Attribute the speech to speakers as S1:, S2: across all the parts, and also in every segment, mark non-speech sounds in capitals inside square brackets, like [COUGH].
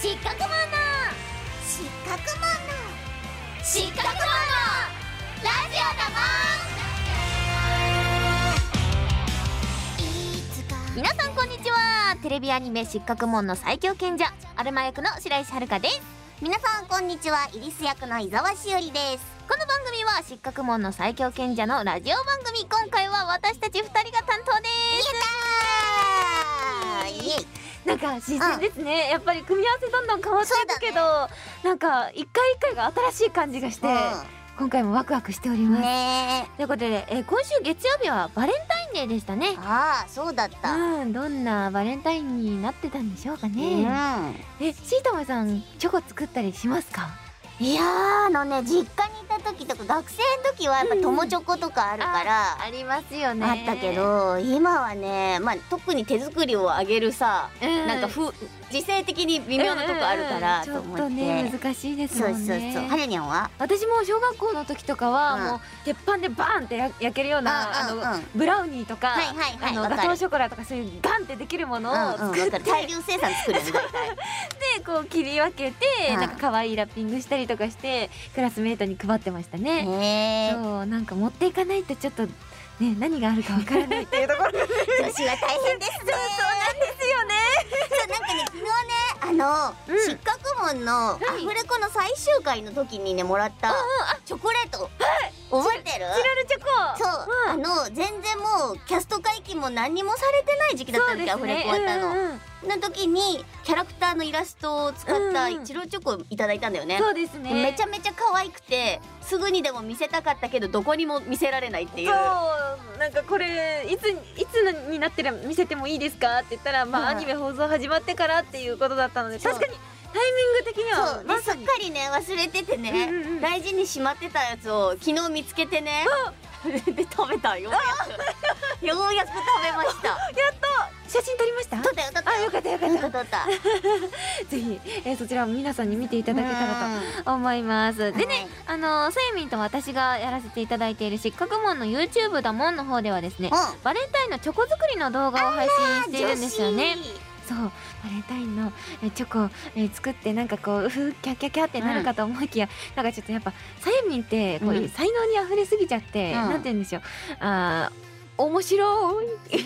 S1: 失格マンの失格マンの失格マンのラジオだもん皆さんこんにちはテレビアニメ失格マンの最強賢者アルマ役の白石遥です
S2: 皆さんこんにちはイリス役の伊沢しおりです
S1: この番組は失格門の最強賢者のラジオ番組今回は私たち2人が担当で
S2: イ
S1: す
S2: エイ
S1: なんか新鮮ですね、やっぱり組み合わせどんどん変わっていくけど、なんか一回一回が新しい感じがして、今回もワクワクしており
S2: う
S1: ま
S2: ん
S1: す、
S2: ね
S1: ということで、えー今週月曜日はバレンタインデーでしたね
S2: えああそうだった、
S1: うんどんなバレンタインになってたんでしょうかね、えしいたまさんチョコ作ったりしますか
S2: うんいやーあのね実家にいた時とか学生の時はやっぱ友チョコとかあるから、
S1: りますよ
S2: あったけ、ど今はね、まあ、特に手作りをあげるさ、
S1: うん
S2: なんかふ時勢的に微妙なとこあるから
S1: うん
S2: と
S1: うんうん
S2: 思って、
S1: ちょっとね難しいです
S2: そ
S1: も
S2: うそうんそう
S1: ね
S2: はるにゃんは
S1: 私も小学校の時とか
S2: う
S1: は
S2: ん
S1: もう鉄板でバーンってや焼けるようなあ
S2: うんうんうん
S1: のブラウニーとか
S2: はいはいはい
S1: あの
S2: わか
S1: ガ
S2: る
S1: トーショコラとかそういうガンってできるものを
S2: うんうん
S1: 作
S2: わ
S1: っ
S2: か
S1: て
S2: る大量生産作
S1: [LAUGHS]
S2: るよね大体
S1: でこう切り分けて
S2: うん
S1: なんか可愛いラッピングしたりとかしてクラスメートに配ってましたね。
S2: ねえ
S1: そうなんか持っていかないとちょっとね何があるかわ
S2: [LAUGHS]
S1: からないっていうところが
S2: 女子は大変ですね
S1: ですよね。
S2: そうなんかね昨日ねあの、
S1: うん
S2: 失格門のア
S1: い
S2: フレコの最終回の時にねもらったチョコレート、覚えてる
S1: チロルチョコ。
S2: そう、
S1: ん
S2: あの全然もうキャスト会期も何にもされてない時期だったんだけどアフレコ終わったの、
S1: うんうん
S2: の時にキャラクターのイラストを使った
S1: うんうん
S2: イチローチョコをいただいたんだよね、
S1: そうですね。
S2: めちゃめちゃ可愛くてすぐにでも見せたかったけどどこにも見せられないっていう
S1: そうなんかこれいついつのになってら見せてもいいですかって言ったら、まあ
S2: はい
S1: アニメ放送始まってからっていうことだったので
S2: そう
S1: 確かにタイミング的に
S2: そ
S1: は
S2: う
S1: ま
S2: で
S1: さ
S2: すっ
S1: に
S2: かりね忘れててね、
S1: うんうんうん
S2: 大事にしまってたやつを昨日見つけてね、 [LAUGHS] で食べたようやくようやく食べました
S1: 写真撮りました
S2: 撮ったよ撮った
S1: あよ
S2: よ
S1: かったよか
S2: 撮った
S1: っ
S2: 撮った
S1: たぜひ、えーそちらも皆さんに見ていただけたら
S2: うん
S1: と思いますでね、
S2: はい
S1: あのさゆみんと私がやらせていただいている失格門の YouTube だもんの方ではですね
S2: うん
S1: バレンタインのチョコ作りの動画を配信しているんですよね
S2: 女子
S1: そうバレンタインのえーチョコを、えー作ってなんかこううふキャッキャッキャってなるかと思いきや、なんかちょっとやっぱさゆみんってこう、
S2: うん
S1: 才能に溢れすぎちゃって、
S2: うん
S1: なんて言うんでしょうあー面白い、
S2: えー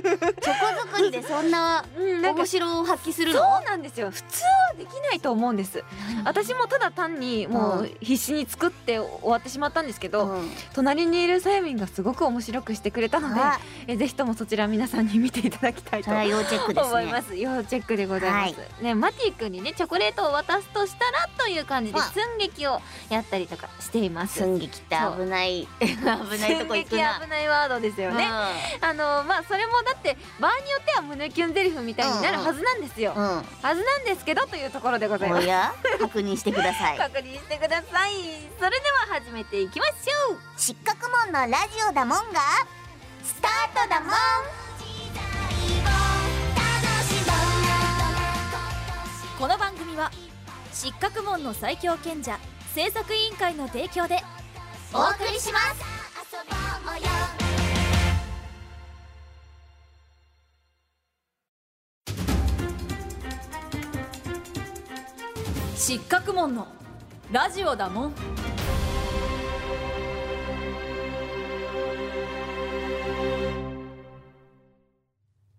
S2: チョコ作りでそんな
S1: うん、なんか
S2: 面
S1: そ
S2: 白を発揮する
S1: う
S2: の
S1: なんですよ普通はできないと思うんです私もただ単に
S2: う
S1: もうん必死に作って終わってしまったんですけど、
S2: うん
S1: 隣にいるさゆみんがすごく面白くしてくれたので
S2: あ
S1: えーぜひともそちら皆さんに見ていただきたい
S2: そ
S1: と
S2: れは要チェックです
S1: 思い
S2: ね
S1: ます要チェックでございます、ねマティ君にねチョコレートを渡すとしたらという感じで
S2: まあ
S1: 寸劇をやったりとかしています
S2: 寸劇って危ない [LAUGHS] 危ないとこ行く
S1: 寸
S2: な
S1: 劇危ないワードですよね、あのまあそれもだって場合によっては胸キュンゼリフみたいになるはずなんですよ、
S2: うんうん
S1: はずなんですけどというところでございま
S2: お
S1: す
S2: や確認してください
S1: 確認してくださいそれでは始めていきましょう
S2: 失格門のラジオだもんがスタートだもん
S3: この番組は失格門の最強賢者制作委員会の提供で
S2: お送りします
S3: 失格門のラジオだもん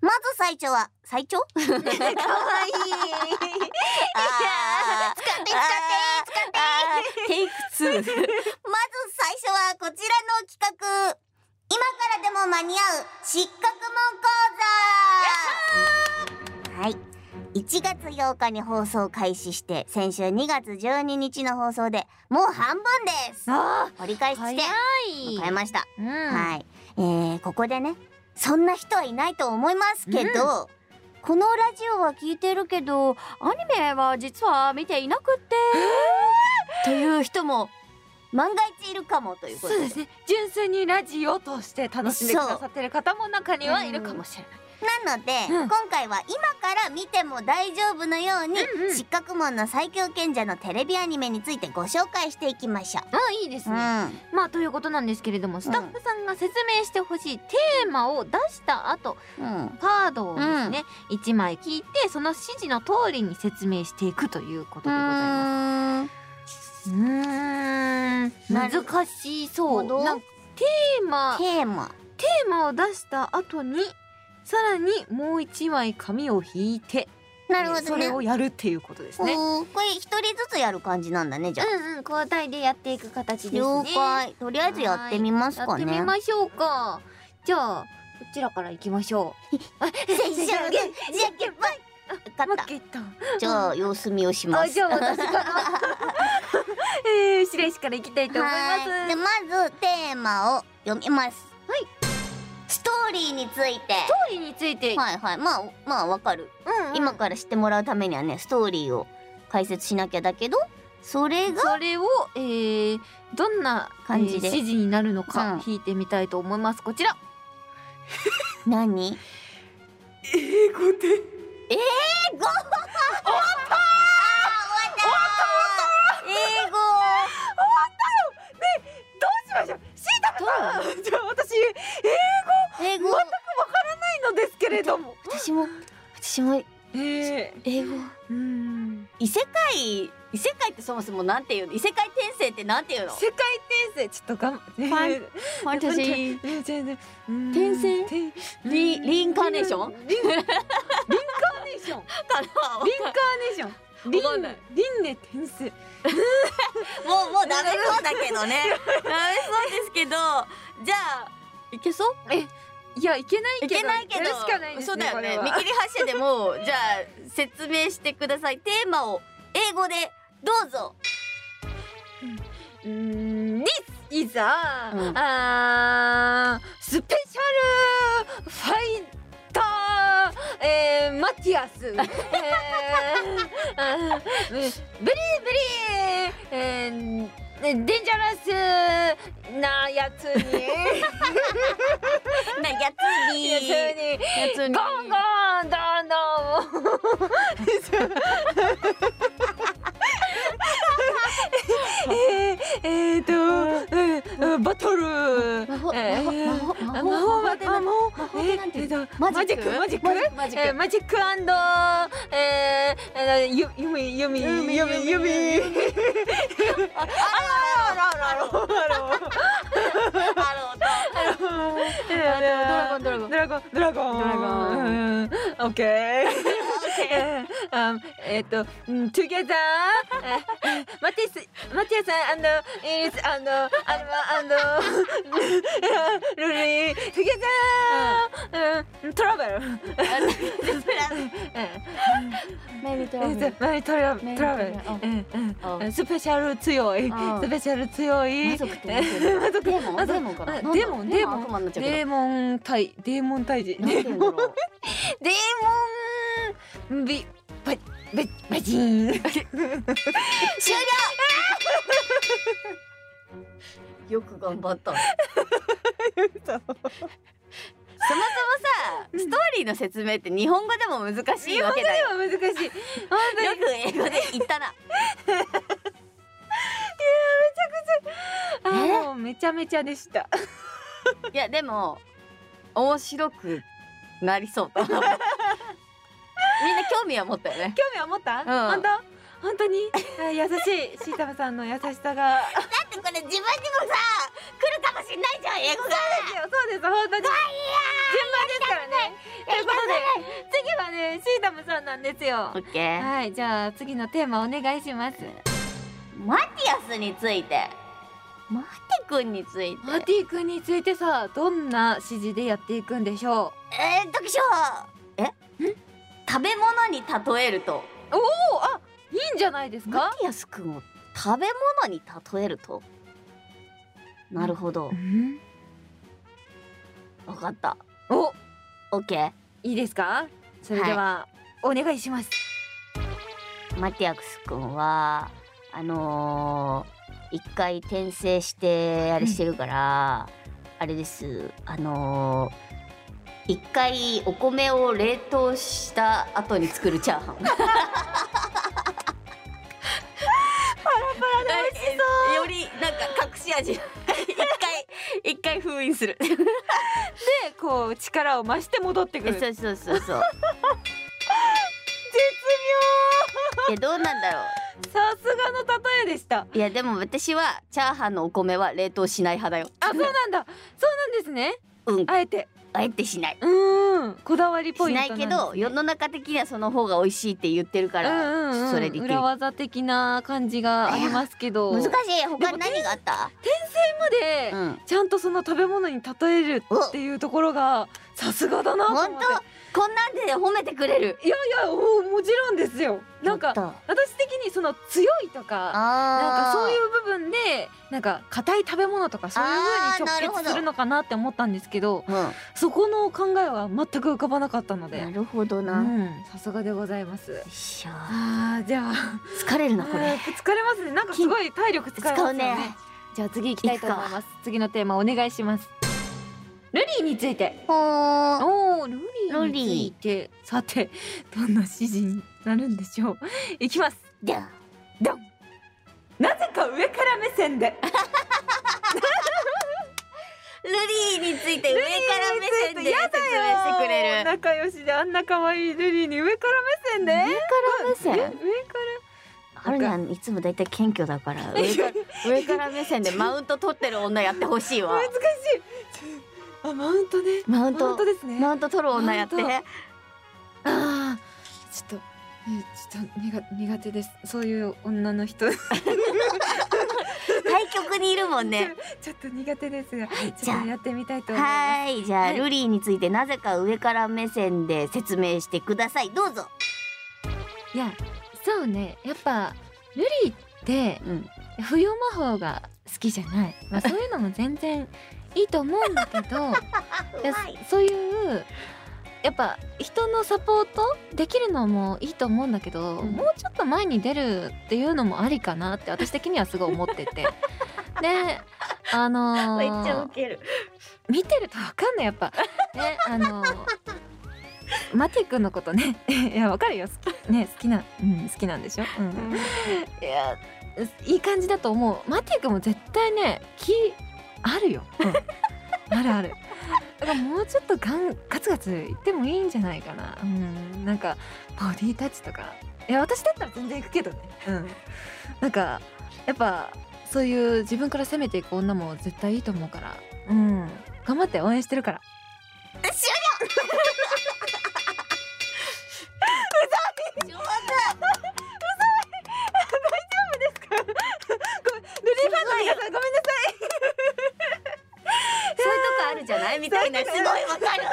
S2: まず最初は最長かわ [LAUGHS] いい使って使って使ってテイク2まず最初はこちらの企画今からでも間に合う失格門講座はい1月8日に放送開始して先週2月12日の放送でもう半分です
S1: あ
S2: 折り返し
S1: 早
S2: 地
S1: い
S2: 点迎えました
S1: うん、
S2: はい、えーここでねそんな人はいないと思いますけど、このラジオは聞いてるけどアニメは実は見ていなくって、という人も万が一いるかもということ
S1: そう
S2: で
S1: ですね純粋にラジオとして楽しんでくださってる方も中にはいるかもしれない
S2: なので、
S1: う
S2: 今
S1: ん
S2: 回は今から見ても大丈夫のように、
S1: うんうん
S2: 失格門の最強賢者のテレビアニメについてご紹介していきましょう。
S1: あいいです
S2: うん、
S1: ね、
S2: は
S1: まあということなんですけれどもスタッフさんが説明してほしいテーマを出した後カードをですね、一1枚聞いてその指示の通りに説明していくということでございますうーん
S2: なる
S1: 難しそう
S2: ほど
S1: なんかテーマ
S2: テーマ
S1: テーマを出した後にさらにもう1枚紙を引いて
S2: なるほ
S1: そ
S2: どね
S1: れをやるっていうことですね
S2: おーこれ一人ずつやる感じなんだねじゃあ、
S1: うんうん交代でやっていく形ですね
S2: 了解とりあえずやってみますか
S1: やって
S2: ね
S1: みましょうかじゃあこちらから行きましょう [LAUGHS]
S2: 先生じゃんけんぽい勝った
S1: 負けた
S2: じゃあ様子見をしま
S1: あ
S2: す
S1: じゃあ私 [LAUGHS] からえー、白石から行きたいと思います
S2: はいでまずテーマを読みます
S1: はい
S2: ストーリーについて
S1: ストーリーについて、
S2: はいはいまあまあわかる、
S1: うんうん
S2: 今から知ってもらうためにはねストーリーを解説しなきゃだけどそれが
S1: それを、えー、どんな
S2: 感じで
S1: えー指示になるの
S2: うん
S1: か引いてみたいと思います、こちら
S2: 何
S1: 英語で
S2: 英語終わったあー終わった終わった英語
S1: どうしましょうシータさんじゃあ私英
S2: 英語
S1: 語ないのですけれども
S2: 私も私も
S1: えー、
S2: 英語
S1: うん
S2: 異世界異世界ってそもそもなんていうの異世界転生ってなんていうの
S1: 世界転生ちょっとがん、え
S2: ァン
S1: ー、
S2: ファンタジー
S1: えー全然うん
S2: 転生
S1: 転
S2: リリインカーネーション
S1: リンリンカーネーシ [LAUGHS]
S2: かな
S1: ョンリンカーネーションリ
S2: わかん
S1: ン
S2: ない
S1: リンネ転生
S2: もうもうダメそうだけどねダメそうですけどじゃあいけそう
S1: いやいけないけ
S2: い
S1: ど
S2: けないけど
S1: やるしかないですね
S2: そうだよね
S1: これ
S2: 見
S1: は
S2: 切り発車でもうじゃあ説明してくださいテーマを英語でどうぞ
S1: This is a、
S2: うん
S1: あースペシャルファイター、えー、マティアス、えー、あーベリーベリー、えーデンジャラスなやつに
S2: なやつ [LAUGHS] に
S1: やつに
S2: やつに
S1: ゴンゴンどんどんえー、えーと、えーうん、バトル
S2: 魔法
S1: えー
S2: 魔法魔法
S1: あ
S2: 魔
S1: 魔法
S2: 法
S1: 魔
S2: で
S1: 法
S2: な魔
S1: 魔法
S2: 法でなんていう
S1: えーと
S2: マ
S1: マ
S2: ジッ
S1: ジッ
S2: ク
S1: クマジック
S2: マジックマジック
S1: えーマジックアンドえーえーゆ弓弓弓弓弓あらあらあらあ
S2: あ
S1: ら
S2: ろうと
S1: [LAUGHS] ドラゴンドラゴンド
S2: ドラ
S1: ラゴン
S2: ゴン
S1: うんオッケー [LAUGHS] um, えっと、うん、together え [LAUGHS] マティスマティアさん and is and アル [LAUGHS] マ and ルリー together うん travel え
S2: メイビートラブル
S1: マイトラブトラブ
S2: あ
S1: ルスペシャル強い
S2: あ
S1: スペシャル強い
S2: 魔族ってなんていうのデーモンデーモンかな
S1: あ
S2: なんだ
S1: デーモンデーモン
S2: 悪魔になっちゃうけ
S1: デーモン対デーモン退治 [LAUGHS]
S2: どなんていうんだろう
S1: デーモンビバババジーン
S2: 終了よく頑張ったそもそもさストーリーの説明って日本語でも難しいわけだよ
S1: 今難しい本当に
S2: よく英語で言ったなえ
S1: あーもうめちゃめちゃでした
S2: いやでも面白くなりそうと思うみんな興味は持ったよね
S1: 興味は持った、
S2: うん
S1: 本当本当にあー優しいシータマさんの優しさが
S2: だってこれ自分にもさ来るかもしんないじゃん英語が
S1: そうです本当に順番ですからねということで次はねシータマさんなんですよ
S2: オッケー
S1: はいじゃあ次のテーマお願いします
S2: マティアスについてマテ君について
S1: マティ君についてさどんな指示でやっていくんでしょ
S2: えー、読書え食べ物に例えると
S1: うおおあいいんじゃないです
S2: マ
S1: か
S2: ティアス君を食べ物に例えるとなるほど
S1: ん
S2: わかった
S1: お
S2: オッケー
S1: いいですかそれでは、お願いします
S2: マティアス君はあのー、一回転生してあれしてるから、あれですあのー一回お米を冷凍した後に作るチャーハン
S1: [LAUGHS]
S4: よりなんか隠し味 [LAUGHS] 一回一回封印する
S1: でこう力を増して戻ってくる絶
S4: そうそうそうそういやどうなんだろ
S1: 妙さすがの例えでした
S4: ういやでも私はチャーハンのお米は冷凍しない派だよ
S1: あそうなんだそうなんですね
S4: うん
S1: あえて
S4: あえてしないう
S1: ーんこだわりポイ
S4: し
S1: ン
S4: な
S1: ト
S4: んい
S1: です
S4: けど世の中的にはその方が美味しいって言ってるか
S1: うんうんう
S4: ら
S1: ん
S4: それでいける
S1: 裏技的な感じがありますけど
S4: 難しい
S1: そ
S4: 他に何があった
S1: れまで
S4: うん
S1: ちゃんとその食べ物に例えるっていうところがさすがだなと思っ
S4: 本
S1: て
S4: 当こんなんで褒めてくれる
S1: いやいやおもちろんですよなんか
S4: ちょっと
S1: 私的にその強いとかなん
S4: あ
S1: か
S4: ー
S1: そういう部分でなんか硬い食べ物とかそういう風
S4: あーなる
S1: に
S4: ほ
S1: 直
S4: ど
S1: 結するのかなって思ったんですけど
S4: うん
S1: そこの考えは全く浮かばなかったの
S4: な
S1: で、
S4: るほど
S1: う
S4: な、よ
S1: ん、さすがでございます
S4: いしょ
S1: あーじゃあ
S4: 疲れるなこ
S1: えー
S4: れ
S1: 疲れますねなんかすごい体力使いま
S4: 使
S1: すよ
S4: う
S1: ね
S4: ね
S1: じゃあ次行きたいと思います次のテーマお願いしますルリーについて
S4: ほー
S1: おールリーについてさてどんな指示になるんでしょういきます
S4: じゃ
S1: ドンなぜか上から目線で
S4: ルリーについて上から目線で説明
S1: やだよ
S4: してくれる
S1: 仲良しであんな可愛いルリーに上から目線で
S4: 上から
S1: え
S4: 目線
S1: 上から
S4: はるにゃんいつもだいたい謙虚だから上から上から目線でマウント取ってる女やってほしい
S1: [LAUGHS]
S4: わ
S1: 難しいあマウントね
S4: マウン
S1: マウン
S4: ト
S1: トですね
S4: マウント取る女やって
S1: マウンああちょっとえちょっと苦苦手ですそういう女の人ち
S4: 対局にいるもん
S1: [LAUGHS]
S4: ね
S1: ょっと苦手ですが
S4: じ
S1: ち
S4: ゃ
S1: ょ
S4: あ
S1: っとやってみたいと思います
S4: はーいじゃあ、
S1: はい
S4: ルリーについてなぜか上から目線で説明してくださいどうぞ
S1: いやそうねやっぱルリーって
S4: うん
S1: 不要魔法が好きじゃない、まあ、そういうのも全然いいと思うんだけどいや
S4: はい
S1: そういうやっぱ人のサポートできるのもいいと思うんだけど、
S4: うん
S1: もうちょっと前に出るっていうのもありかなって私的にはすごい思っ
S4: [LAUGHS]
S1: ててであのー
S4: ケる
S1: 見てるとわかんないやっぱねあの
S4: [LAUGHS]
S1: マティ君のことね [LAUGHS] いやわかるよ好きね好きなうん好きなんでしょ、うんいやいい感じだと思うマティ君も絶対ね気あるよ、うん、あるあるだからもうちょっとガンガツガツいってもいいんじゃないかなうんなんかボディタッチとかいや私だったら全然行くけどねうんなんかやっぱそういう自分から攻めていく女も絶対いいと思うからうん頑張って応援してるから
S4: そういうとこ
S1: ルリーファンの皆さんごめんなさい
S4: あるじゃないみたいなすごいわかる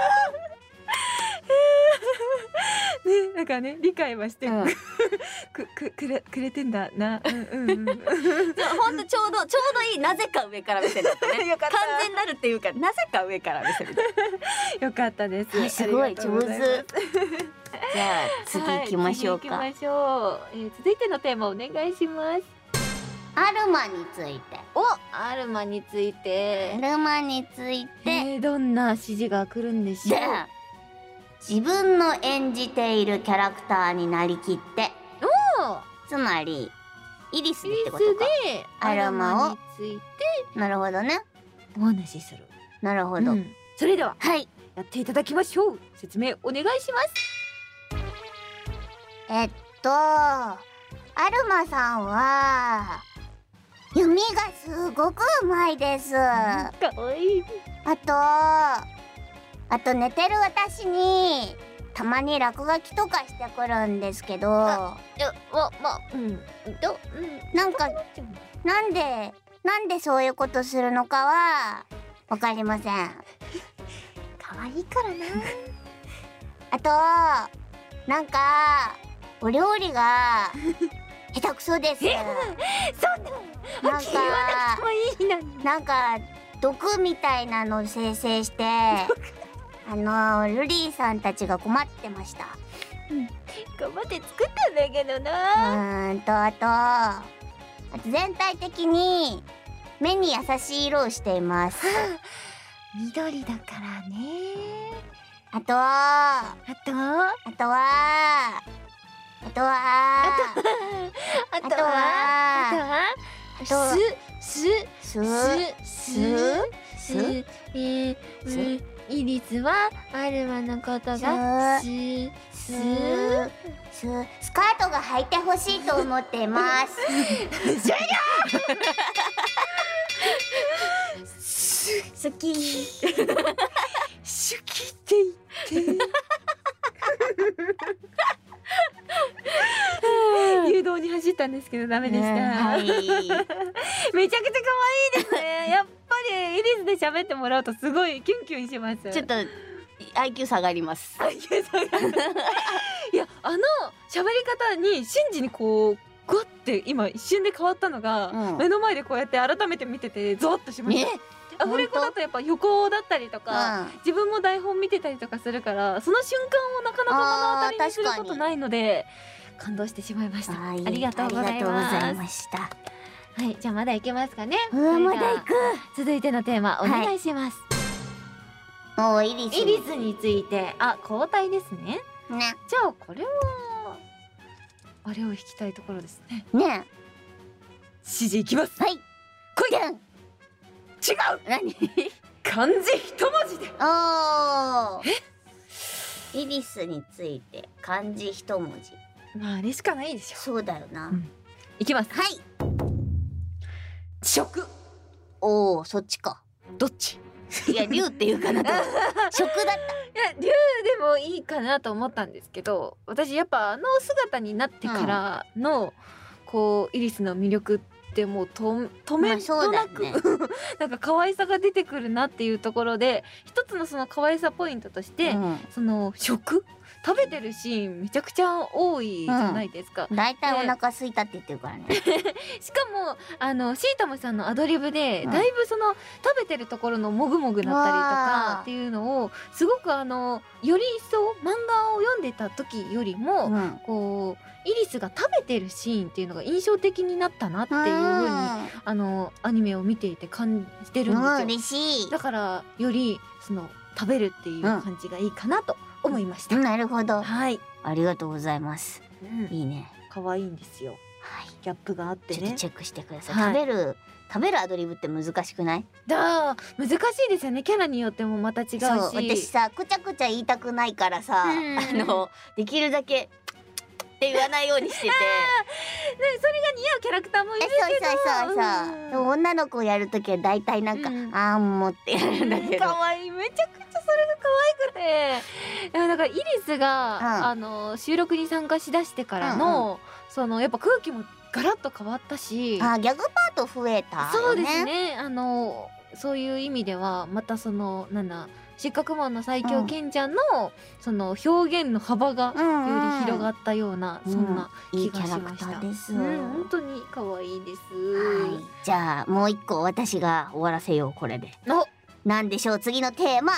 S1: ね、なんかね理解はして、
S4: うん
S1: くくくれくれてんだな。うんうんうん、
S4: 本当ちょうどちょうどいいなぜか上から目線だったね
S1: よかった
S4: 完全なるっていうかなぜか上から目線みたい
S1: よかったです。
S4: はいすごい
S1: ありがとうござます
S4: 上手なじゃあ次行きましょうか、
S1: はい、次行きましょう、えー続いてのテーマお願いします。
S2: アルマについて
S1: おアルマについて。
S2: アルマについて
S1: えー、どんな指示が来るんでし
S2: で
S1: ょう。
S2: 自分の演じているキャラクターになりきって
S1: お
S2: つまりイリス
S1: イ
S2: って
S1: ギリス
S2: ことか
S1: で
S2: アルマを
S1: について
S2: なるほどね
S1: お話しする。
S2: なるほ
S1: う
S2: ど、
S1: ん、それでは
S2: はい
S1: やっていただきましょう。説明お願いします。
S2: えっとアルマさんは弓がすごくうまいですあ
S1: かわいい。
S2: とあと寝てる私にたまに落書きとかしてくるんですけどな
S1: わまあうんどうん。
S2: んかなんでなんでそういうことするのかはわかりません可愛いからなあとなんかお料理が下手くそです
S1: そんな
S2: なん
S1: 言わなくて
S2: か
S1: もいいのに。
S2: なんか毒みたいなの生成して
S1: [LAUGHS]
S2: あのルリーさんたちが困ってました
S1: 頑張って作ったんだけど
S2: う
S1: な。
S2: ーんとあとあと全体的に目に優しい色をしています
S1: 緑だからね。
S2: あとは
S1: あとあ
S2: あとはあとは
S1: と
S2: あと
S1: はあと
S2: は
S1: は
S2: あとは
S1: すす
S2: す
S1: すすすえー
S2: す
S1: うんイリスはアルマのことがすす
S2: すスカートが履いてほしいと思ってます。
S1: [LAUGHS]
S2: 終了。好き。
S1: 好きって言 [LAUGHS] って誘導に走ったんですけどダメでした、
S4: はい。
S1: めちゃくちゃ可愛いですねやっぱりイリスで喋ってもらうとすごいキュンキュンします
S4: ちょっと IQ 下がります。
S1: あいやそれいやあの喋り方に瞬時にこうグワって今一瞬で変わったのが、
S4: うん
S1: 目の前でこうやって改めて見ててゾワッとしまし
S4: ね。
S1: たアフレコだとやっぱ予行だったりとか、
S4: う
S1: 自分も台本見てたりとかするからその瞬間をなかなか目の当たりにする
S2: あー確か
S1: こ
S2: に
S1: とないので感動してしまいましたあ
S2: あいい
S1: りがとうございます
S2: ありがとうございました。
S1: はいじゃあまだいけますかね
S2: うわ
S1: それ
S2: ま
S1: では
S2: だ行く。
S1: 続いてのテーマお願いします、
S2: もうイリス。
S1: イリスについてあ交代ですね
S2: ね
S1: じゃあこれはあれを引きたいところですね
S2: ね
S1: 指示いきます
S2: はい
S1: 来い
S2: でん
S1: 違う
S2: 何？
S1: 漢字一文字で
S2: おお。イリスについて漢字一文字。
S1: まああれしかないでしょ
S2: そうだよな。
S1: んいきます
S2: はい。
S1: 食
S2: おおそっちか。
S1: どっち
S4: いや龍っていうかなと。
S2: [LAUGHS] 食だっ
S1: いや竜でもいいかなと思ったんですけど私やっぱあの姿になってからの、こうイリスの魅力ってもうと止め
S2: まあそ
S1: と
S2: うだ
S1: な
S2: よ
S1: く、
S2: ね
S1: なんか可愛さが出てくるなっていうところで一つのその可愛さポイントとして、
S2: う
S1: その食食べてるシーンめちゃくちゃ多いじゃないですか、
S2: ん。だいたいお腹空いたって言ってるからね。
S1: しかもあのシータムさんのアドリブで、
S2: うん
S1: だいぶその食べてるところのもぐもぐだったりと
S2: わあ
S1: かっていうのをすごくあのより一層漫画を読んでた時よりも、
S2: うん。
S1: こうイリスが食べてるシーンっていうのが印象的になったなっていうふうに、あのアニメを見ていて感じてるん
S2: う
S1: です
S2: ん
S1: よ。
S2: 嬉しい。
S1: だからよりその食べるっていう感じがいいかなと思いました。
S2: なるほど。
S1: はい、
S2: ありがとうございます。
S1: うん、
S2: いいね。
S1: 可愛いんですよ。
S2: はい。
S1: ギャップがあって
S2: ちょっ
S1: ね
S2: と。チェックしてください。
S1: はい
S2: 食べる食べるアドリブって難しくない？
S1: だ難しいですよね。キャラによってもまた違うし。
S2: そう。私さ、くちゃくちゃ言いたくないからさ、
S1: うん
S2: あ
S4: あ
S2: の
S4: のできるだけって言わないように
S1: [LAUGHS]
S4: してて。
S1: ねそれが似合うキャラクターもい
S2: え
S1: る
S2: そう
S1: けど。
S2: そうそうそう。でも女の子やるときはだいたいなんか、
S1: うん
S2: あーもうってやるんだけど。
S1: 可愛いめちゃくちゃそれが可愛くてでもなんかイリスが、
S2: うん
S1: あの収録に参加しだしてからの、そのやっぱ空気もガラッと変わったし
S2: あーギャグパート増えた
S1: そ
S2: よ
S1: うで
S2: ね。
S1: すねあのそういう意味ではまたそのなんだ失格マンの最強ケンちゃんの、その表現の幅がよ
S2: うんうん。
S1: り広がったような、そんな、
S2: いいキャラクターです。
S1: うん、本当に可愛いです。
S2: はい。じゃあもう一個私が終わらせようこれで。
S1: お
S2: なんでしょう次のテーマ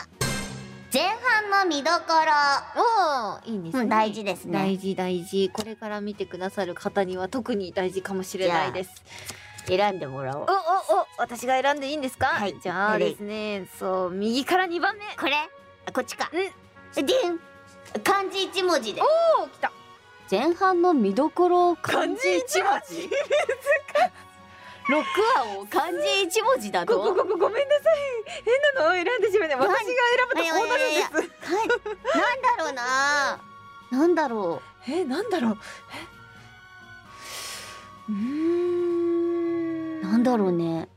S2: 前半の見どこ
S1: おーいいです
S2: ろ、う
S1: ね、
S2: ん、大事ですね
S1: 大事大事これから見てくださる方には特に大事かもしれないです
S2: 選んでもらおう
S1: おおお私が選んでいいんですか、
S2: はい
S1: じゃあですねそう右から二番目
S2: これあこっちか
S1: うん
S2: でん漢字一文字で
S1: おお来た
S4: 前半の見どころを漢
S1: 漢
S4: 字
S1: 字一文字
S4: 六話を漢字一文字だ
S1: ごご
S4: と。
S1: ごごごめんなさい変なのを選んでしまいました私が選ぶとこうなるんです
S2: はいなんだろうななんだろ
S1: えなんだろうえうーん
S2: うなんだろうね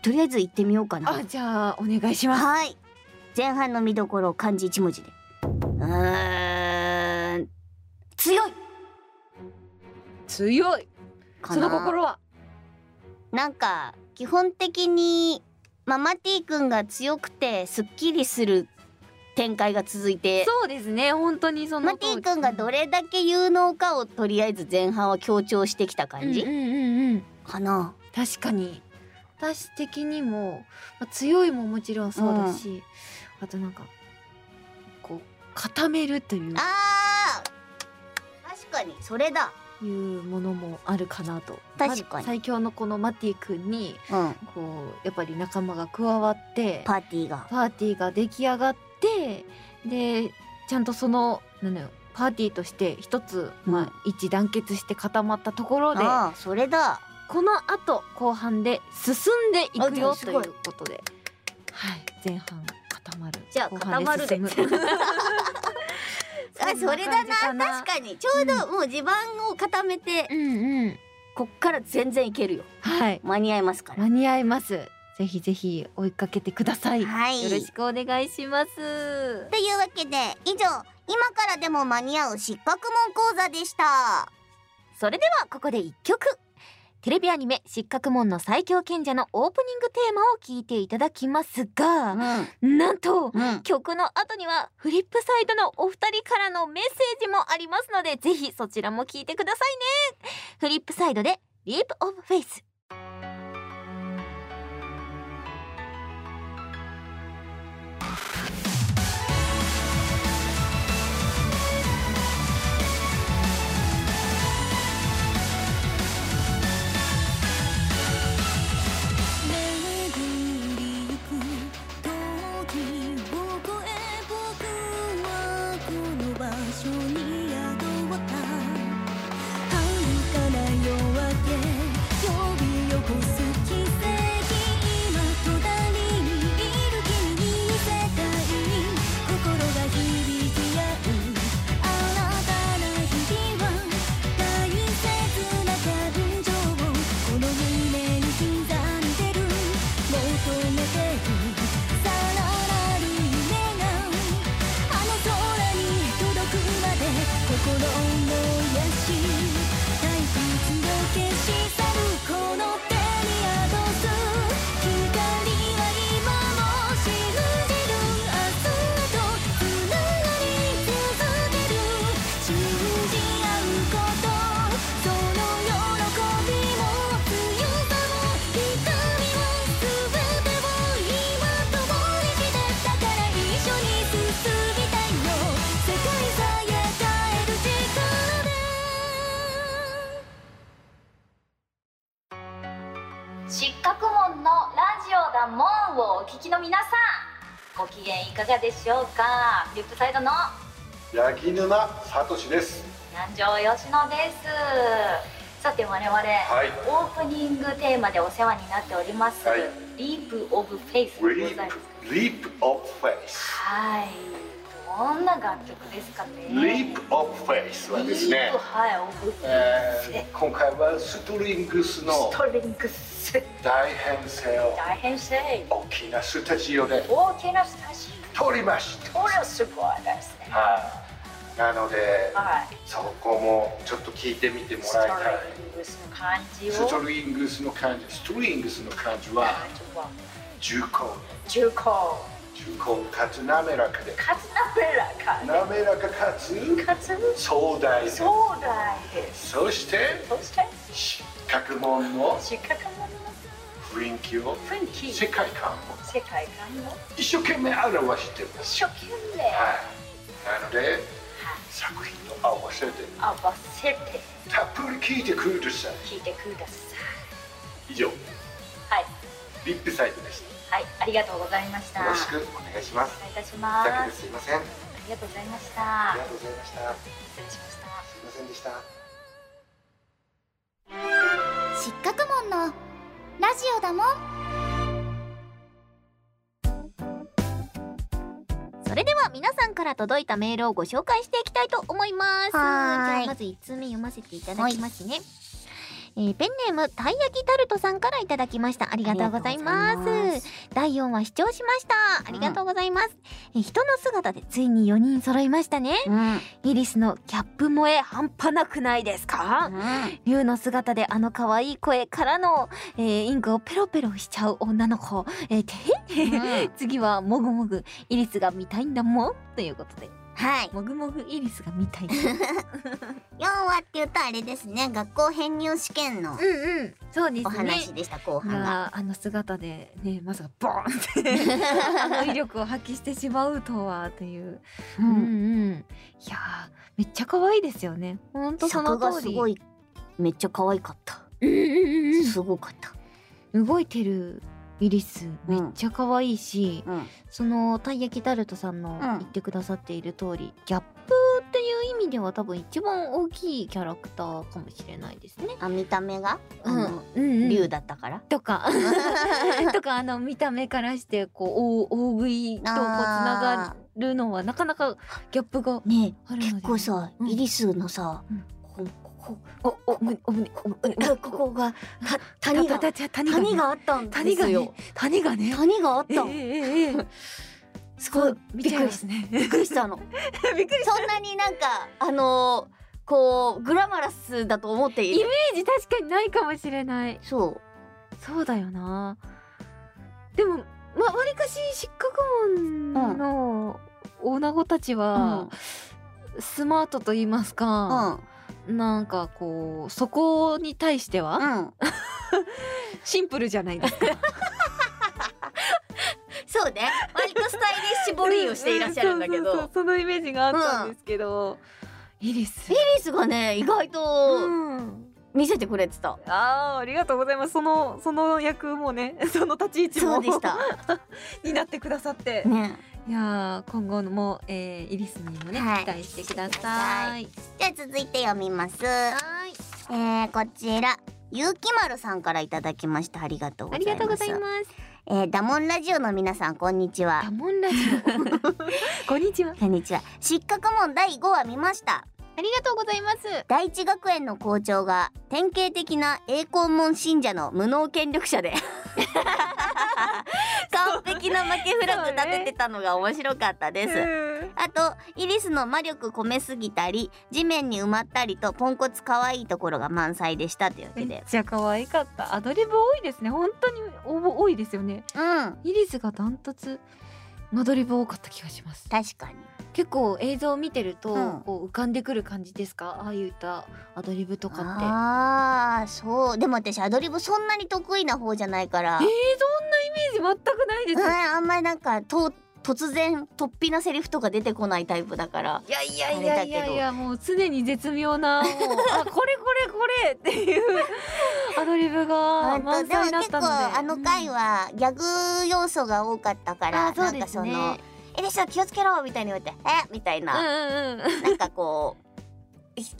S2: とりあえず行ってみようか
S1: あ
S2: な
S1: じゃあお願いします
S2: はい前半の見どころを漢字一文字でうーん強い
S1: 強い
S2: か
S1: そ
S2: な
S1: の心は
S2: なんか基本的にママティくんが強くてすっきりする展開が続いて
S1: そうですね本当にその
S2: マティくんがどれだけ有能かをとりあえず前半は強調してきた感じ、
S1: うんうんうんうん
S2: かな
S1: 確かに私的にも、まあ、強いももちろんそうだし、あとなんかこう固めるという
S2: あー確かにそれだ
S1: いうものもあるかなと
S2: 確かに
S1: 最強のこのマティ君に
S2: うん
S1: こうやっぱり仲間が加わって
S2: パーティーが
S1: パーティーが出来上がって
S5: でちゃんとそのなんだよパーティーとして一つ、
S2: うん
S5: まあ、一致団結して固まったところで
S2: ああそれだ
S5: この後後半で進んでい
S2: あ
S5: く
S2: じゃあ
S5: よ
S2: す
S5: とい
S2: ごいう
S5: ことで、はい、前半固まる
S2: じゃあ
S5: 後半進む
S1: [LAUGHS]
S2: あそれだな
S5: そんな感
S2: 確かにちょうどもう地盤を固めて、
S5: じうんうん
S2: こっから全然いけるよ
S5: はい
S2: 間に合いますから
S5: 間に合いますぜひぜひ追いかけてください、
S2: はい
S5: よろしくお願いします
S2: というわけで以上今からでも間に合う失格問講座でした
S1: それではここで一曲テレビアニメ「失格門の最強賢者」のオープニングテーマを聞いていただきますが
S2: う
S1: なんと
S2: んうん
S1: 曲の後にはフリップサイドのお二人からのメッセージもありますのでぜひそちらも聞いてくださいねフリップサイドで「リープ・オブ・フェイス」
S6: 巡りゆく時を越え僕はこの場所に宿った春から夜明け呼び起こす奇跡今隣にいる君に見せたい心が響き合う新たな日々は大切な感情をこの胸に刻んでる求めてるさらなる夢があの空に届くまで心燃やし退屈を消し去るこの手に宿す光は今も信じる明日へと繋がり続ける信じ合うことその喜びも強さも痛みも全てを今共にしてだから一緒に進みたいよ世界さえ変える力で
S7: 失格門のラジオだもんをお聞きの皆さんご機嫌いかがでしょうかフリップサイドの
S8: 焼き沼さとしです
S7: 南條吉野ですさて我々、
S8: い
S7: オープニングテーマでお世話になっております、
S8: はい
S7: リープオブフェイスでご
S8: Leap
S7: ざいます
S8: Leap of Faith
S7: はいどんな楽曲ですかね
S8: Leap of Faith はですね
S7: リープ、はいオブフェイス、
S8: えー今回はストリングスの
S7: ストリングス
S8: 大編成を
S7: 大変身
S8: 大きなスタジオで
S7: 大きなスタジ
S8: 撮りました
S7: オこれはすごいですね
S8: はいなので
S7: はい
S8: そこもちょっと聞いてみても
S7: ス
S8: らい
S7: ト
S8: たい
S7: リングスの感じを
S8: ストリングスの感じストリングスの感じは
S7: あとは
S8: 重厚
S7: 重厚
S8: 重厚かつ滑らかで
S7: カツナベラか
S8: 滑らかかつ
S7: カツ
S8: 壮大で
S7: 壮大です
S8: そして
S7: そして
S8: 失格門の
S7: 失格の
S8: 雰囲気を
S7: 雰囲気
S8: 世
S7: 世
S8: 界観を
S7: 界観の
S8: 一生懸命表してる
S7: 一生懸命
S8: はいなので作品と合わせて
S7: 合わせて
S8: たっぷり聴いてください
S7: 聞いてくださ
S8: 以上
S7: いはい
S8: リップサイトでし
S7: はいありがとうございました
S8: たよろしくお願いします
S7: お願いいたします
S8: だけ
S7: あ
S8: ですいませんあ
S7: りがとうございまし
S8: り
S7: た
S8: がとうございました
S7: 失礼しました
S8: すいませんでした
S2: 失格門のラジオだもん
S1: それでは皆さんから届いたメールをご紹介していきたいと思いますじ
S2: はーい
S1: ゃあまず1通目読ませていただきますね、えーペンネームたい焼きタルトさんからいただきましたありがとうございま
S2: ありが
S1: す
S2: とうございます
S1: 第4話視聴しましたありがとうございます、えー人の姿でついに4人揃いましたね
S2: うん
S1: イリスのキャップ萌え半端なくないですか竜の姿であの可愛い声からの、えーインクをペロペロしちゃう女の子、えーてへ、 [LAUGHS] 次はもぐもぐイリスが見たいんだもんということで
S2: はい
S1: もぐもぐイリスが見た
S2: 4
S1: い
S2: 話って言うとあれですね学校編入試験の
S1: うんうんそうですね
S2: お話でした後
S1: い
S2: 半が
S1: やーあの姿でねまさかボーンって [LAUGHS] あの威力を発揮してしまうとはという、
S2: う
S1: うん、うんいやーめっちゃ可愛いですよねほんとその
S2: 作
S1: 通
S2: が
S1: り
S2: すごいめっちゃ可愛かった
S1: うんうんうんうん
S2: すごかった
S1: 動いてるイリス
S2: う
S1: めっ
S2: ん
S1: ちゃ可愛いし、
S2: うん
S1: そのたい焼きタルトさんの言ってくださっている通り、ギャップっていう意味では多分一番大きいキャラクターかもしれないですね。
S2: あ見た目が、あ
S1: うん
S2: の
S1: うんうん
S2: 竜だったから
S1: とか [LAUGHS]
S2: [LAUGHS]
S1: とかあの見た目からしてこう大大食いとこうつながるのはなかなかギャップが
S2: ね
S1: あるので
S2: 結構さ、
S1: うん
S2: イリスのさ、
S1: うん
S2: ここ
S1: おおむおむおむおむ
S2: こここがた谷が
S1: たたた谷がね
S2: 谷があったんで
S1: 谷が
S2: す
S1: ね
S2: よ
S1: 谷がね
S2: 谷があっ
S1: ええ
S2: た
S1: え
S2: び
S1: えええす
S2: ごい
S1: 見ちゃいますね
S2: っくりしたのそんなになんかあのーこうグラマラスだと思ってい
S1: [LAUGHS] イメ
S2: る
S1: ージ確かにないかもしれない
S2: そう
S1: そうだよなでもまわりかし失格門の女子たちは、スマートと言いま
S2: うん
S1: す
S2: う
S1: か、
S2: ん
S1: なんかこうそこに対しては、
S2: うん
S1: シンプルじゃないですか
S2: そうね割とスタイリッシュボディをしていらっしゃるんだけど
S1: [LAUGHS] そうそうそうそのイメージがあったんですけど、イリス
S2: イリスがね意外と
S1: うん
S2: 見せてくれてた、
S1: あーありがとうございますそのその役もね [LAUGHS] その立ち位置も
S2: そうでした
S1: [LAUGHS] になってくださって、
S2: ね
S1: いやー今後のも、えー、イリスにもね、
S2: はい
S1: 期待してください
S2: じゃあ続いて読みますえー、こちらゆうきまるさんからいただきましたありがとうご
S1: あ
S2: ざいま
S1: り
S2: す
S1: がとうございます
S2: えーダモンラジオの皆さんこんにちは
S1: ダモンラジ [LAUGHS] オこんにちは
S2: こんにちは失格問第5話見ました
S1: ありがとうございます
S2: 第一学園の校長が典型的な栄光門信者の無能権力者 [LAUGHS] で完璧な負けフラグ立ててたのが面白かったです、あとイリスの魔力込めすぎたり地面に埋まったりとポンコツ可愛いところが満載でしたというわ
S1: め
S2: け
S1: っ
S2: で
S1: ちゃ可愛かったアドリブ多いですね本当に応募多いですよね
S2: うん
S1: イリスがダントツアドリブ多かった気がします
S2: 確かに
S1: 結構映像を見てると、
S2: うん
S1: こう浮かんでくる感じですかああいったアドリブとかって
S2: ああそうでも私アドリブそんなに得意な方じゃないから、
S1: えー、そんなイメージ全くないです、
S2: うん、あんまりなんかと突然突飛なセリフとか出てこないタイプだから
S1: いやいやいやい
S2: あれだ
S1: や
S2: け
S1: い
S2: ど
S1: やもう常に絶妙なもう [LAUGHS] あこれこれこれっていうアドリブが
S2: 本当
S1: 満
S2: でも
S1: 載だっ
S2: 結
S1: たの
S2: 構
S1: で
S2: あの回はギャグ要素が多かったから、
S1: あそう
S2: なん
S1: で
S2: か
S1: す
S2: そ
S1: ね
S2: の「えでさ気をつけろ」みたいに言われて「えみたい
S1: うん
S2: な、
S1: うんうん
S2: なんかこう [LAUGHS] ひ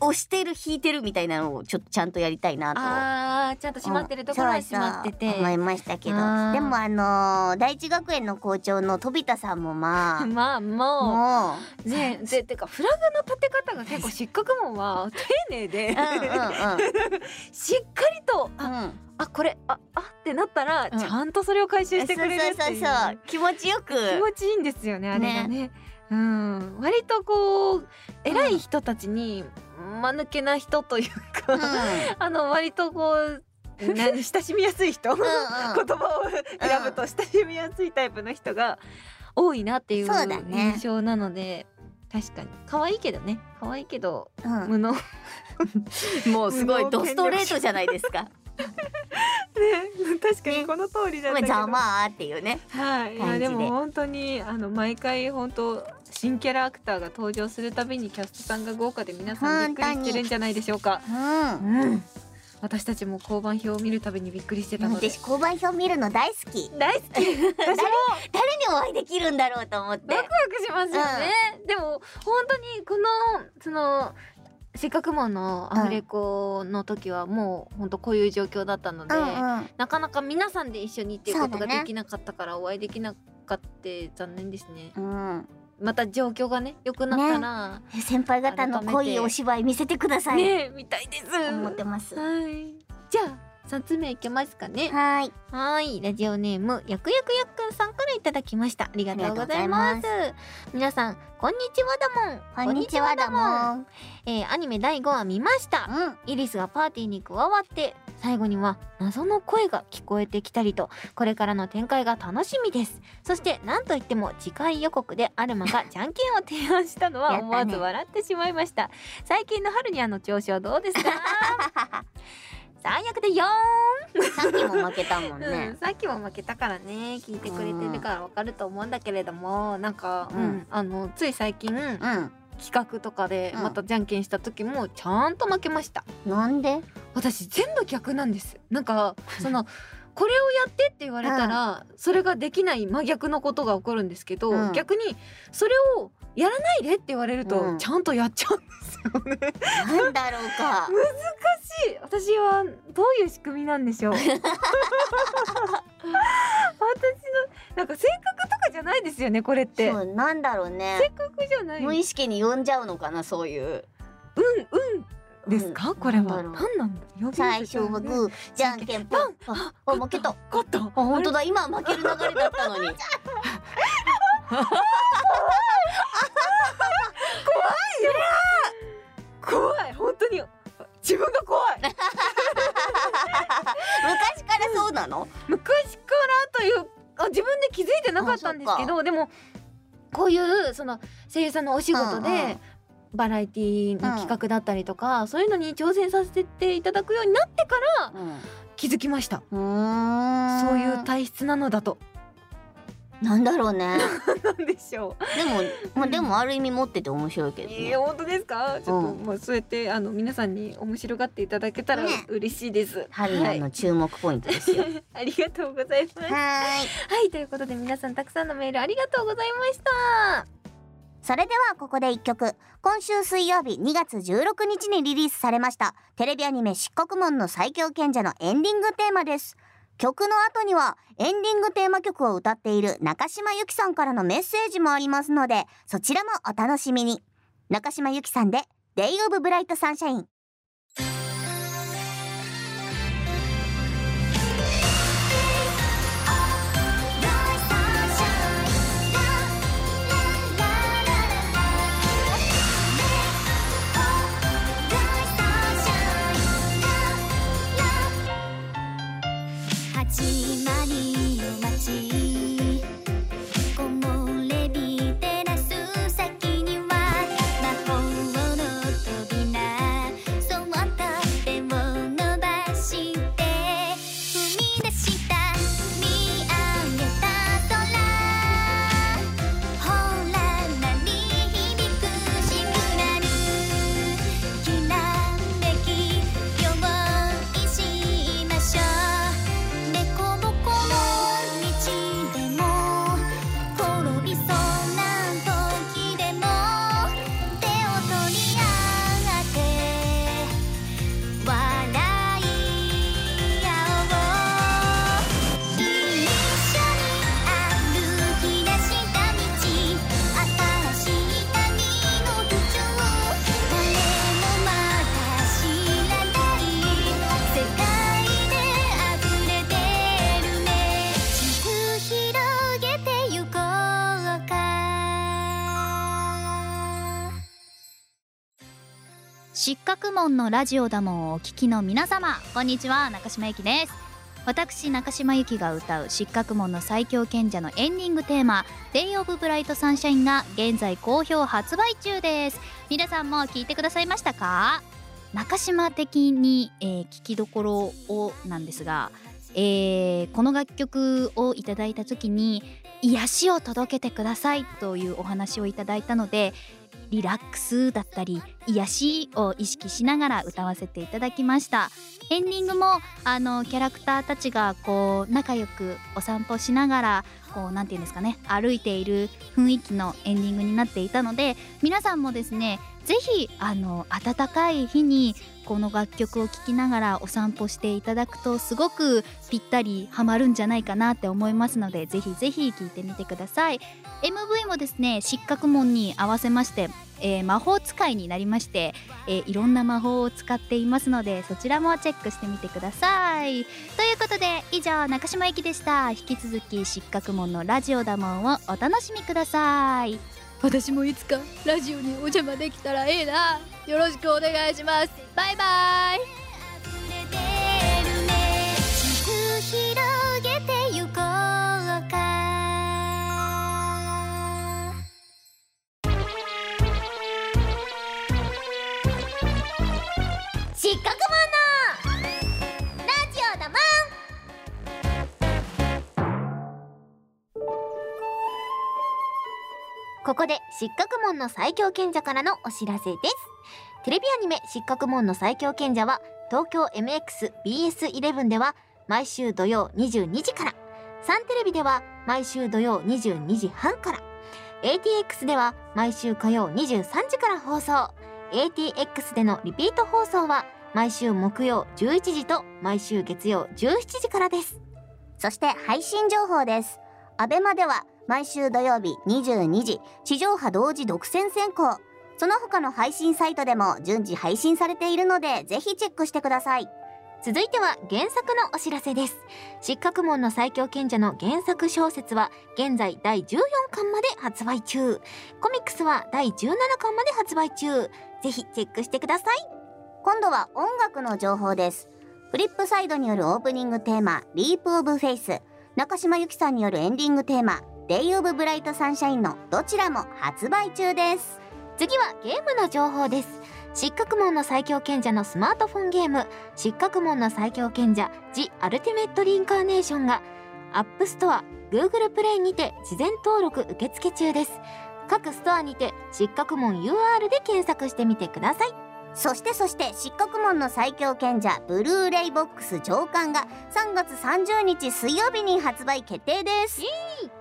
S2: 押してる引いてるみたいなのをちょっとちゃんとやりたいなと。
S1: あーちゃんと閉まってるところは
S2: うんそう
S1: 閉
S2: そう
S1: まってて、
S2: 思いましたけど
S1: あー
S2: でもあのー第一学園の校長の飛田さんもま
S1: まあ
S2: あ
S1: [LAUGHS] も
S2: もう
S1: うねでてかフラグの立て方が結構失格もんは丁寧で [LAUGHS]
S2: う
S1: しっかりとあ
S2: んうんうん。
S1: あこれああってなったら、
S2: うん
S1: ちゃんとそれを回収
S2: そ
S1: し
S2: うそ
S1: てくれるっていう
S2: うそうそう気持ちよく。
S1: 気持ちいいんですよねあれがねうん割とこう偉い人たちに間抜けな人というか、
S2: うん
S1: [LAUGHS] あの割とこうな親しみやすい人、言
S2: うん
S1: 葉を選ぶと親しみやすいタイプの人が多いなっていう
S2: そうだね
S1: 印象なので。確かに可愛いけどね可愛いけど
S2: うん
S1: 無能ね
S2: うんもうすごい
S1: 無能権
S2: ド
S1: 力
S2: ストレートじゃないですか。
S1: [LAUGHS] 確かにこの通りだ
S2: ま
S1: った
S2: あ
S1: けど、
S2: ざまあっていうね。
S1: はい、い
S2: 感
S1: や
S2: じで
S1: でも本当にあの毎回本当新キャラクターが登場するたびにキャストさんが豪華で皆さんびっくりしてるんじゃないでしょうか。
S2: うん。
S1: うん、私たちも交番表を見るたびにびっくりしてたので。
S2: 私交番表見るの大好き。
S1: 大好き。私も [LAUGHS]
S2: 誰
S1: ワク
S2: にお会いできるんだろうと思って。
S1: ワクしますよね。でも本当にこのそのせっかくものアフレコの時はもう本当こういう状況だったので、
S2: うん。
S1: なかなか皆さんで一緒にっていうこと
S2: そ
S1: が
S2: うだね
S1: できなかったからお会いできなかって残念ですね。
S2: うん、
S1: また状況がね良くなったら
S2: 先輩方の濃いお芝居見せてください、
S1: ねえ見たいです。
S2: 思ってます。は
S1: はい。じゃあ三つ目いけますかね。
S2: ーい、
S1: はいラジオネームやくやくやっくんさんからいただきました。ありがとうございます。
S2: ありが
S1: 皆さんこんにちはだもん。
S2: こんにちはだも
S1: ん。
S2: ん。
S1: えーアニメ第5話見ました。
S2: うん、
S1: イリスがパーティーに加わって最後には謎の声が聞こえてきたりとこれからの展開が楽しみですそして何といっても次回予告でアルマ
S2: [LAUGHS]
S1: がじゃんけんを提案したの
S2: や
S1: は
S2: ったね
S1: 思わず笑ってしまいました最近の春にあの調子はど
S2: [LAUGHS]
S1: うですか最悪でよ
S2: さっきも負けたもん
S1: ーん、う
S2: ね
S1: ん。さっきも負けたからね聞いてくれてるからわかると思うんだけれどもなんか、うん
S2: うん
S1: あのつい最近企
S2: うん、
S1: 画とかで
S2: うん
S1: またじゃんけんした時もちゃんと負けました
S2: なんで？
S1: 私全部逆なんですなんかその [LAUGHS] これをやってって言われたら、それができない真逆のことが起こるんですけど、
S2: うん
S1: 逆にそれをやらないでって言われると、
S2: うん
S1: ちゃんとやっちゃうんですよね。
S2: なんだろうか
S1: 私私はどういう仕組みなんでし
S2: [LAUGHS]
S1: ょう私のなんか性格とかじゃないですよねこれって性
S2: そうなんだろうね
S1: 格じゃない
S2: 無意識に呼んじゃうのかなそういう
S1: 運運ですか、
S2: うん
S1: これは
S2: なんだろう
S1: 何なんだ呼び寄せたら
S2: 最
S1: ね
S2: 初はグーじゃんけんぽんああ負けたあ
S1: 勝った
S2: 本当だ今負ける流れだったの
S1: [LAUGHS]
S2: に
S1: 怖い本当に自分が怖い
S2: 昔からそうなの
S1: 昔からというあ自分で気づいてなかったんですけ
S2: あ
S1: どでもこういうその声優さんのお仕事で、
S2: うんうん
S1: バラエティの企画だったりとか、そういうのに挑戦させていただくようになってから気づきました
S2: うん
S1: そういう体質なのだと。
S2: なんだろう
S1: [LAUGHS]
S2: ね
S1: なんでしょ
S2: でも、まあ、でもある意味持ってて面白いけ
S1: う。
S2: ど
S1: い
S2: ね
S1: や本当ですか。ちょっと、
S2: うん
S1: まあそうやってあの皆さんに面白がっていただけたら
S2: ね
S1: 嬉しいです。
S2: ハリア
S1: はい [LAUGHS]
S2: の注目ポイントですよ
S1: ありがとうございます。は
S2: はーい
S1: いということで皆さんたくさんのメールありがとうございました。
S2: それではここで一曲今週水曜日2月16日にリリースされましたテレビアニメ「漆黒門の最強賢者」のエンディングテーマです曲の後にはエンディングテーマ曲を歌っている中島由紀さんからのメッセージもありますのでそちらもお楽しみに中島由紀さんで「デイ・オブ・ブライト・サンシャイン」
S6: 始まりの街木漏れ日照らす先には魔法の扉そっと手を伸ばして踏み出した見上げた空ほら鳴り響くシグナルきらめき用意しましょう「でこぼこの道でも」「転びそうな時でも」「手を取り合って笑い合おう」「一緒に歩き出した道」「新しい旅の途中」「誰もまだ知らない」「世界で溢れてるね」「地図広げてゆこうか」
S9: 失格門のラジオだもんをお聞きの皆様こんにちは中島ゆきです私中島ゆきが歌う失格門の最強賢者のエンディングテーマ「デイ・オブ・ブライト・サンシャイン」が現在好評発売中です皆さんも聞いてくださいましたか中島的に、えー聞きどころをなんですが、えーこの楽曲をいただいた時に癒しを届けてくださいというお話をいただいたのでリラックスだったり癒しを意識しながら歌わせていただきましたエンディングもあのキャラクターたちがこう仲良くお散歩しながらこうなんていうんですかね歩いている雰囲気のエンディングになっていたので皆さんもですねぜひあの暖かい日にこの楽曲を聴きながらお散歩していただくとすごくぴったりハマるんじゃないかなって思いますのでぜひぜひ聴いてみてください MV もですね失格門に合わせましてえー魔法使いになりまして、えーいろんな魔法を使っていますのでそちらもチェックしてみてくださいということで以上中島ゆきでした引き続き失格門のラジオだもんをお楽しみください
S10: 私もいつかラジオにお邪魔できたらいいなよろしくお願いしますバイバイ
S6: 「出てるね」「地図広げてゆこうか」「失格者のラジオだもん」
S2: ここで失格門の最強賢者からのお知らせですテレビアニメ失格門の最強賢者は東京 MXBS11 では
S1: 毎週土曜22時からサンテレビでは毎週土曜22時半から ATX では毎週火曜23時から放送 ATX でのリピート放送は毎週木曜11時と毎週月曜17時からです
S2: そして配信情報です。アベマでは毎週土曜日22時、地上波同時独占先行。その他の配信サイトでも順次配信されているので、ぜひチェックしてください。
S1: 続いては原作のお知らせです失格門の最強賢者の原作小説は現在第14巻まで発売中コミックスは第17巻まで発売中ぜひチェックしてください
S2: 今度は音楽の情報です。フリップサイドによるオープニングテーマ、リープオブフェイス。中島由紀さんによるエンディングテーマ、デイオブブライトサンシャインのどちらも発売中です。
S1: 次はゲームの情報です失格門の最強賢者のスマートフォンゲーム失格門の最強賢者 The アルティメットリンカーネーションがアップストア Google プレイにて事前登録受付中です各ストアにて失格門 UR で検索してみてください
S2: そしてそして漆黒門の最強賢者ブルーレイボックス上巻が3月30日水曜日に発売決定です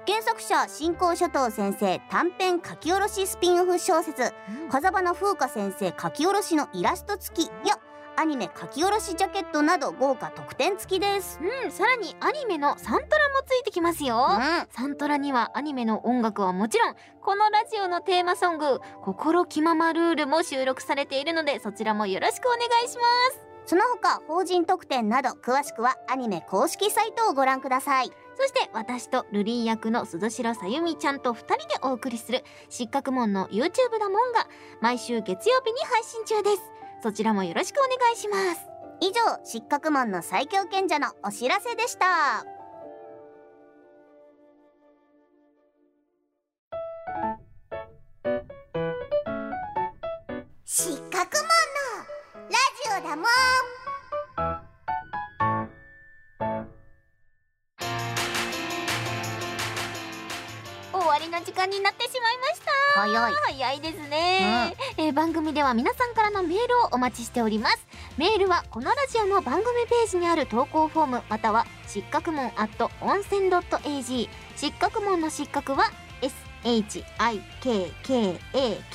S2: 原作者新興諸島先生短編書き下ろしスピンオフ小説「風花風花先生書き下ろしのイラスト付き」やアニメ書き下ろしジャケットなど豪華特典付きです、
S1: うんさらにアニメのサントラもついてきますよ、サントラにはアニメの音楽はもちろんこのラジオのテーマソング「心気ままルール」も収録されているのでそちらもよろしくお願いします
S2: その他法人特典など詳しくはアニメ公式サイトをご覧ください
S1: そして私とルリン役の鈴代さゆみちゃんと2人でお送りする「失格門の YouTube だもん」が毎週月曜日に配信中ですそちらもよろしくお願いします
S2: 以上漆黒門の最強賢者のお知らせでした
S11: 失格門のラジオだもん
S1: 終わりの時間になってしまいました
S2: 早い
S1: 早いですね、えー番組では皆さんからのメールをお待ちしておりますメールはこのラジオの番組ページにある投稿フォームまたは失格門 at 温泉 .ag 失格門の失格は SHIKKAKU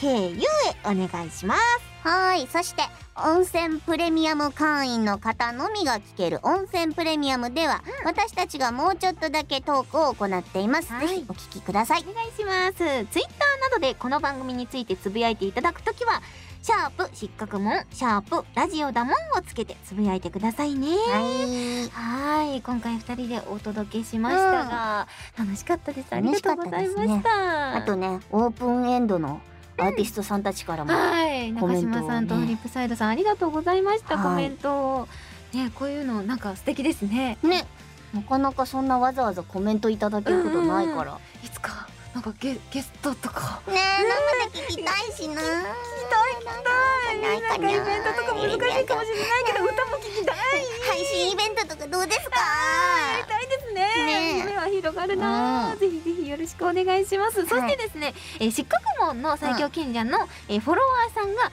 S1: へお願いします
S2: はいそして温泉プレミアム会員の方のみが聞ける温泉プレミアムでは、私たちがもうちょっとだけトークを行っています、
S1: はい
S2: ぜひお聞きください
S1: お願いしますツイッターなどでこの番組についてつぶやいていただくときはシャープ失格門シャープラジオだもんをつけてつぶやいてくださいね
S2: はい
S1: はい、今回二人でお届けしましたが、楽しかったです。あり
S2: 楽し
S1: がと
S2: か
S1: う
S2: った
S1: ご
S2: です
S1: ざ
S2: ね
S1: いました。
S2: あとねオープンエンドのアーティストさんたちからも、
S1: はい、
S2: コ
S1: 中
S2: メントをね
S1: 島さんとフリップサイドさん、ありがとうございました。
S2: はい
S1: コメントを。ね、こういうの、なんか素敵ですね。
S2: ねなかなかそんなわざわざコメントいただけることないから、
S1: いつか、なんかゲ、ゲストとか。
S2: ねえ生で聞きたいしな聞きたい聞きたいなんかイベントとか難しいかもしれないけど歌も聞きたい配信イベントとかどうですかねえ
S1: 夢は広がるなあ、ぜひぜひよろしくお願いします、そしてですね、えー、失格門の最強賢者の、えーフォロワーさんが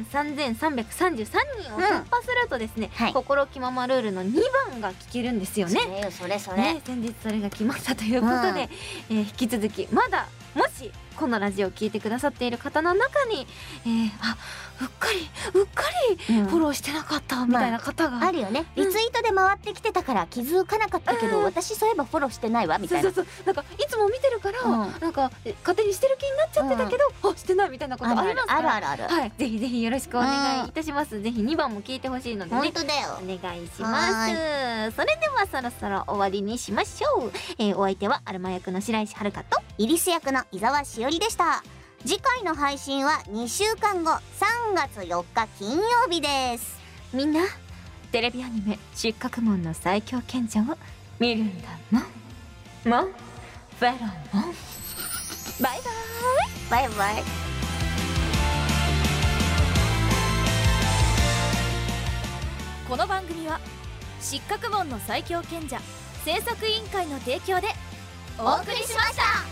S1: 3万3333人を突破するとですね、
S2: はい
S1: 心気ままルールの2番が聞けるんですよね。
S2: ねそれそれ
S1: ね、先日それが来ましたということで、
S2: うん
S1: えー引き続きまだもしこのラジオを聞いてくださっている方の中に、えーあうっかりうっかり
S2: うん
S1: フォローしてなかったみたいな方が、
S2: あるよねリツイートで回ってきてたから気づかなかったけど、
S1: うん
S2: 私そういえばフォローしてないわみ
S1: そ
S2: た
S1: う
S2: い
S1: そ
S2: な
S1: うそうなんかいつも見てるから、
S2: うん
S1: なんかえ勝手にしてる気になっちゃってたけど、あしてないみたいなことありますから
S2: あるあるあるある
S1: はい、ぜひぜひよろしくお願いいたします、ぜひ2番も聞いてほしいので
S2: 本
S1: ね
S2: 当だよ
S1: お願いしますそれではそろそろ終わりにしましょう、えーお相手はアルマ役の白石遥と
S2: イリス役の伊沢しおりでした次回の配信は2週間後3月4日金曜日です
S1: みんなテレビアニメ「失格門の最強賢者」を見るんだもんもんフェロモンバイバ
S2: バ
S1: イ
S2: イバイ
S11: この番組は失格門の最強賢者制作委員会の提供でお送りしました